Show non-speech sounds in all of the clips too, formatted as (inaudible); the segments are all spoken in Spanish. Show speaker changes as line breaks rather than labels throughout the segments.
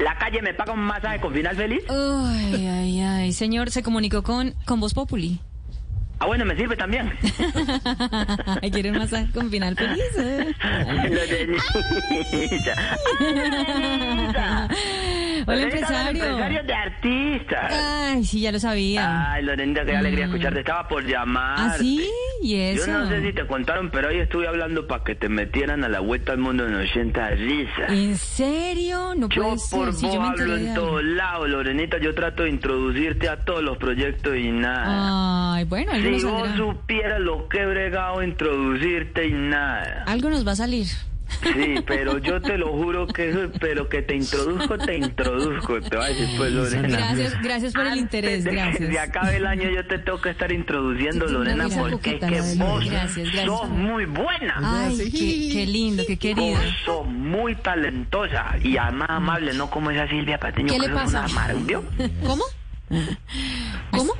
La calle me paga un masaje con final feliz.
Ay, ay, ay. Señor, se comunicó con, con Voz Populi.
Ah, bueno, me sirve también. (laughs)
¿Quiere un masaje con final feliz? eh?
Lo
(laughs)
de Lisa. Pues
Hola,
Empresario
empresario.
de artistas.
Ay, sí, ya lo sabía.
Ay, Lorenita, qué alegría escucharte. Estaba por llamar.
¿Ah, sí? ¿Y
Yo
eso?
no sé si te contaron, pero hoy estuve hablando para que te metieran a la vuelta al mundo en 80 risas.
¿En serio? No
Yo
Eh, puede ser.
por
Si
vos
yo me
hablo
enteré de
en
algo.
todos lados, Lorenita. Yo trato de introducirte a todos los proyectos y nada.
Ah, Ay, bueno, algo nos
si vos
saldrá.
supieras lo que he bregado, introducirte y nada.
Algo nos va a salir.
Sí, pero yo te lo juro que eso, pero que te introduzco, te introduzco. Te voy a decir, pues, Lorena.
Gracias, gracias por el
Antes
interés,
de que
gracias.
se acabe el año yo te tengo que estar introduciendo,
Sí,
Lorena,
mira,
porque es
coqueta,
que
Lorena,
vos
gracias, gracias. Ah,
sos muy buena.
Ay, qué, qué lindo, qué querido.
Vos sos muy talentosa y además amable, no como esa Silvia Patiño,
¿Qué
que
le
es
pasa?
una amar- ¿vio?
¿Cómo? ¿Cómo?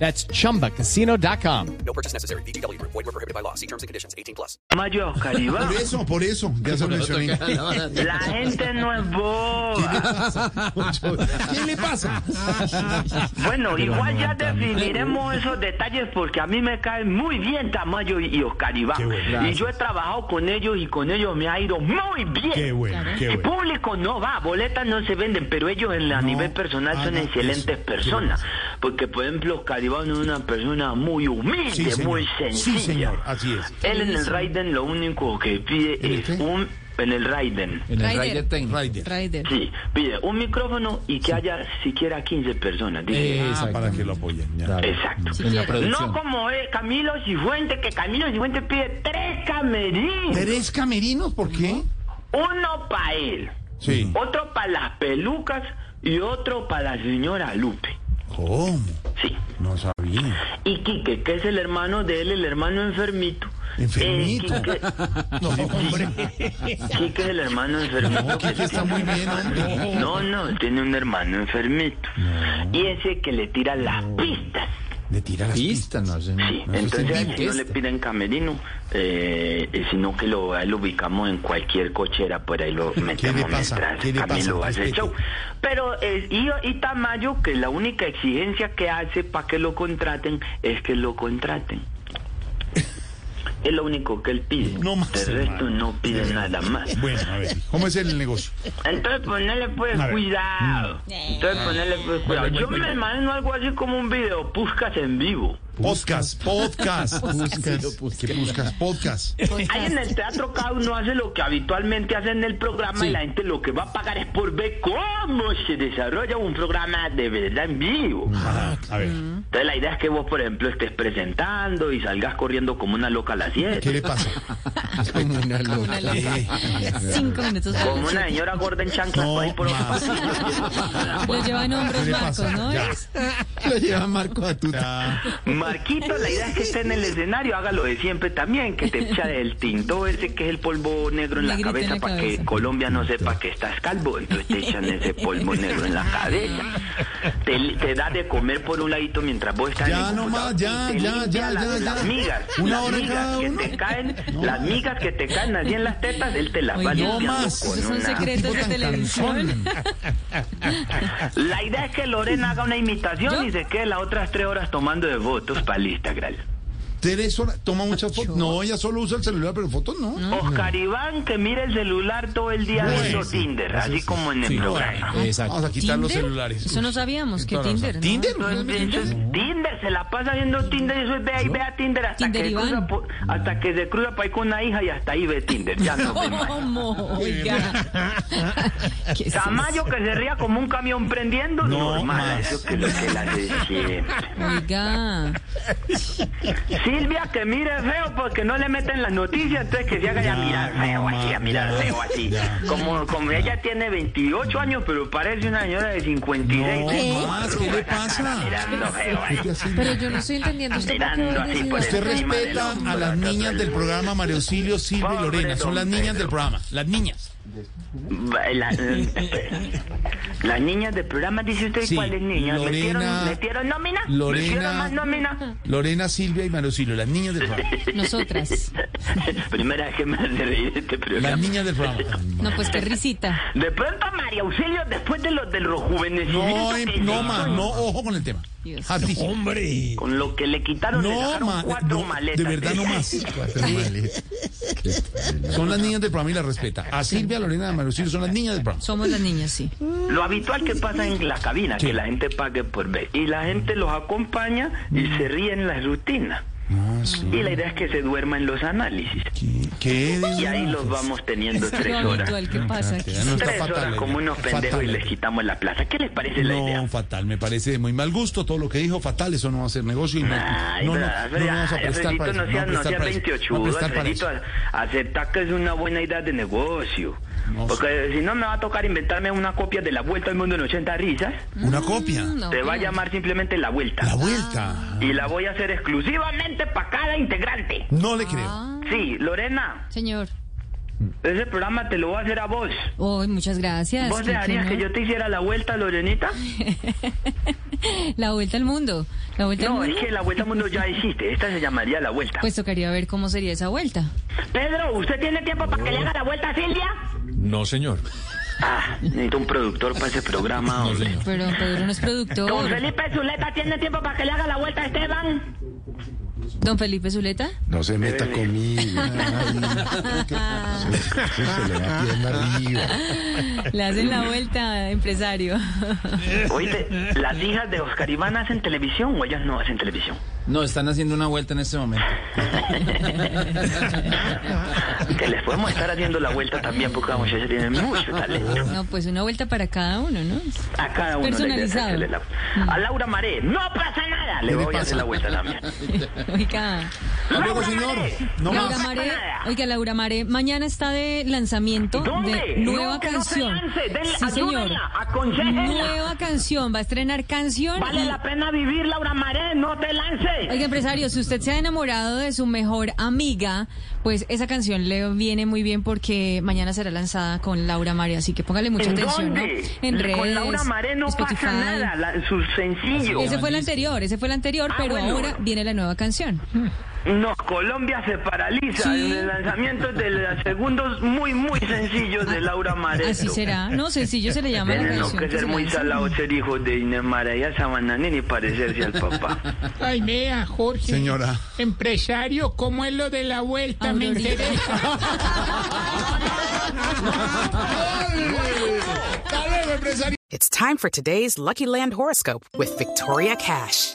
That's chumbacasino.com.
Mayo Oscar Iván.
Por eso, por eso, ya se lo mencioné.
La gente no es boba.
¿Qué le pasa?
Bueno, igual ya definiremos esos detalles porque a mí me caen muy bien Tamayo y y Oscar Iván.
Qué bueno,
y
gracias.
yo he trabajado con ellos y con ellos me ha ido muy bien.
Qué bueno, qué
El
bueno.
público no va, boletas no se venden, pero ellos en la- a
No
nivel personal son
hagan
excelentes
eso.
personas. Porque, por ejemplo, Caribán es una persona muy humilde,
Sí, señor.
muy sencilla.
Sí, señor, así es.
Él en el Raiden lo único que pide
¿En el
es
qué?
un... En el Raiden.
Rider.
(laughs)
Raider.
Rider.
Sí, pide un micrófono y que haya siquiera 15 personas. Dije,
Ah, para que lo apoyen. ya.
Exacto. No como eh, Camilo Cifuente, que Camilo Cifuente pide tres camerines.
¿Tres camerinos? ¿Por qué?
Uno para él,
Sí.
otro para las pelucas y otro para la señora Lupe.
¿Cómo?
Sí.
No sabía.
Y Quique, que es el hermano de él, el hermano enfermito.
Enfermito.
Eh, Quique,
No, hombre.
Quique es el hermano enfermito.
No, Quique está muy bien, hombre.
No, no, tiene un hermano enfermito. Y ese que le tira las pistas.
Le tira las pistas. No,
Sí, entonces a él no
este.
le piden camerino, eh, eh, sino que lo, a él lo ubicamos en cualquier cochera, por ahí lo metemos
le pasa?
mientras
¿Qué le pasa?
Camilo hace
Respete.
show. Pero, eh, y, y Tamayo, que la única exigencia que hace para que lo contraten es que lo contraten.
(laughs)
Es lo único que él pide.
No más,
De resto no pide nada más.
Bueno, a ver, ¿cómo es el negocio?
Entonces ponerle pues
A ver. Mm.
cuidado. Entonces ponerle pues cuidado. Yo me imagino algo así como un video, buscas en vivo.
Podcast,
(laughs)
podcast. ¿Qué buscas? Podcast.
Ahí en el teatro cada uno hace lo que habitualmente hace en el programa y la gente lo que va a pagar es por ver cómo se desarrolla un programa de verdad en vivo.
Ah, a ver,
Entonces la idea es que vos, por ejemplo, estés presentando y salgas corriendo como una loca a las
¿qué
7.
le (laughs) pasa? Eh,
Cinco minutos. para
Como una
las siete.
señora gorda en chanclas
No
por
(laughs)
ahí por otro
más.
Lo llevan hombres
le
marcos,
pasa?
¿no?
Ya.
Es?
Lo lleva Marco Atuta.
Marquito, la idea es que esté en el escenario, haga lo de siempre también, que te echa el tinto ese que es el polvo negro en la
Negrito en
cabeza
la
para
cabeza.
que Colombia no sepa que estás calvo, entonces te echan ese polvo negro en la cabeza. Te, te da de comer por un ladito mientras vos estás en
Ya
el
nomás,
computador
ya,
y te
ya,
limpia
ya,
las,
ya, ya.
las migas,
Una
las
hora
migas
cada
que
uno.
te caen,
No.
las migas que te caen así en las tetas, él te las va
Oiga,
limpiando
más.
con
Esos son
una-
secretos de
Tipo tan
televisión.
La idea es que Lorena haga una imitación
¿Yo?
y se quede las otras tres horas tomando de votos para el Instagram.
Tres horas, toma muchas fotos. No, ella solo usa el celular, pero fotos no.
Oscar Iván que mira el celular todo el día
Bueno,
viendo
sí,
Tinder, así como en el programa.
Vamos a quitar los celulares.
Eso no sabíamos, que Tinder. ¿no?
¿Tinder?
Entonces, Tinder se la pasa viendo Tinder y eso es vea y vea Tinder hasta
Tinder
que se
Iván.
cruza por- hasta que se cruza por ahí con una hija y hasta ahí ve Tinder. Ya (laughs) no ve más.
¿Cómo? Oiga. (laughs) ¿Qué es
Tamayo que se ría como un camión prendiendo,
No
normal,
más.
eso que es lo que la hace siempre.
eso? Oiga.
Sí, Silvia que mire feo porque no le meten las noticias, entonces que se haga ya,
Ya,
mirar feo así, a mirar
ya,
feo así.
ya.
Como, como ella tiene 28 años, pero parece una señora de 56.
No, más, ¿qué le pasa?
Mirando feo
¿Qué
ahí.
te hace?
Pero yo no estoy entendiendo usted por qué
Mirando
va a
así
decir
por
eso?
Usted
encima del
respeta
hombro,
a las niñas del programa Mario Auxilio, Silvia y Lorena. Son las niñas del programa. Las niñas.
La- las niñas del programa, dice usted,
Sí,
¿cuáles niñas?
Lorena-
¿Metieron, ¿Metieron nómina?
Lorena-
¿Metieron más nómina? (laughs)
Lorena, Silvia y Mario Auxilio. Las niñas del programa.
Nosotras.
Primera vez que me hace reír este
Las
programa.
niñas del programa.
No, pues qué risita.
De pronto, María Auxilio, después de los del rejuvenecimiento
(laughs) No,
que
em- no
hizo
más, no, ojo con el tema.
Dios.
Hartísimo.
Hombre.
Con lo que le quitaron, le
No
sacaron
más,
cuatro maletas.
de verdad no más. Son las niñas del programa y las respeta. A Silvia, Lorena, a Mario Auxilio son las niñas del programa.
Somos las niñas, sí.
(laughs) Lo habitual que pasa en la cabina,
Sí.
que la gente pague por ver. Y la gente los acompaña y
Mm.
se ríe en la rutina. Y la idea es que se duerma en los análisis.
Ah, ¿Qué? ¿Qué?
Y ahí los vamos teniendo
Lo
tres horas.
habitual que pasa aquí.
No está
Tres
fatal.
horas
la
como
idea.
unos pendejos
Fatal.
y les quitamos la plaza. ¿Qué les parece la idea?
No, fatal, me parece de muy mal gusto todo lo que dijo, fatal, eso no va a ser negocio y no,
Ay,
no, no,
verdad,
no, no vamos a
ay,
prestar
Alfredito,
para eso,
no
no vamos
seas,
a
no
prestar
seas
para eso,
28,
no vamos a prestar para eso.
Alfredito, acepta que es una buena idea de negocio.
No,
Porque eh, si no me va a tocar inventarme una copia de La Vuelta al Mundo en 80 risas,
Una copia,
Mm, No, Ah.
te va a
pero-
llamar simplemente La Vuelta.
la vuelta,
Y la voy a hacer exclusivamente para cada integrante.
no le creo.
Ah,
Sí, Lorena,
señor.
ese programa te lo voy a hacer a vos.
Hoy, muchas gracias.
¿Vos
¿Por
dejarías que
qué no?
yo te hiciera la vuelta, Lorenita?
La vuelta al mundo. La vuelta al
No, es
mundo.
que la vuelta al mundo ya existe. Esta se llamaría la vuelta.
Pues tocaría ver cómo sería esa vuelta.
Pedro, ¿usted tiene tiempo para que le haga la vuelta a Silvia?
No, señor.
Ah, necesito un productor para ese programa,
No,
hombre.
señor.
Pero Pedro no es
Don
productor.
Felipe Zuleta tiene tiempo para que le haga la vuelta a Esteban.
Don Felipe Zuleta.
No se meta
(laughs)
conmigo. Se, se le va pierna arriba.
Le hacen la vuelta, empresario.
Oíste, ¿las hijas de Oscar Iván hacen televisión o ellas no hacen televisión?
No, están haciendo una vuelta en este momento.
que les podemos estar haciendo la vuelta también porque vamos, ellas tienen mucho talento.
No, pues una vuelta para cada uno, ¿no?
A cada uno le- le-
Personalizado.
le- le- A Laura Maré, no pasa nada. Le
¿Qué le
voy a hacer
pasa?
la vuelta
(laughs)
también.
Oiga,
Hasta luego,
Laura
señor,
Maré,
no
Laura
más.
Maré,
nada.
oiga, Laura Maré, mañana está de lanzamiento
¿Dónde?
de nueva
No, que no se
canción.
lance, denle-
sí, señor.
ayúdenla, aconséjenla.
Nueva canción, va a estrenar canción.
Vale
y-
la pena vivir, Laura Maré, no te lances.
Oiga, empresario, si usted se ha enamorado de su mejor amiga, pues esa canción le viene muy bien porque mañana será lanzada con Laura Maré, así que póngale mucha
¿En
atención.
dónde?
¿no? En redes,
Con Laura Maré no
Spotify.
pasa nada, la- su sencillo.
Ese fue el anterior, ese fue el anterior,
Ah,
pero
bueno.
ahora viene la nueva canción.
No, Colombia se paraliza
Sí.
en el lanzamiento de los segundos muy, muy sencillos
Ah,
de Laura Maré.
Así será. No, sencillo se le llama la
Tenemos
canción.
que
que se
ser muy
lanza.
salados ser hijos de Inés Mara y a Sabananini y parecerse al papá.
(laughs)
Ay, vea, Jorge.
Señora.
Empresario, ¿cómo es lo de la vuelta?
Ah,
Me
Aurorita. (laughs)
interesa.
(laughs) Hasta luego, empresario.
It's time for today's Lucky Land horoscope with Victoria Cash.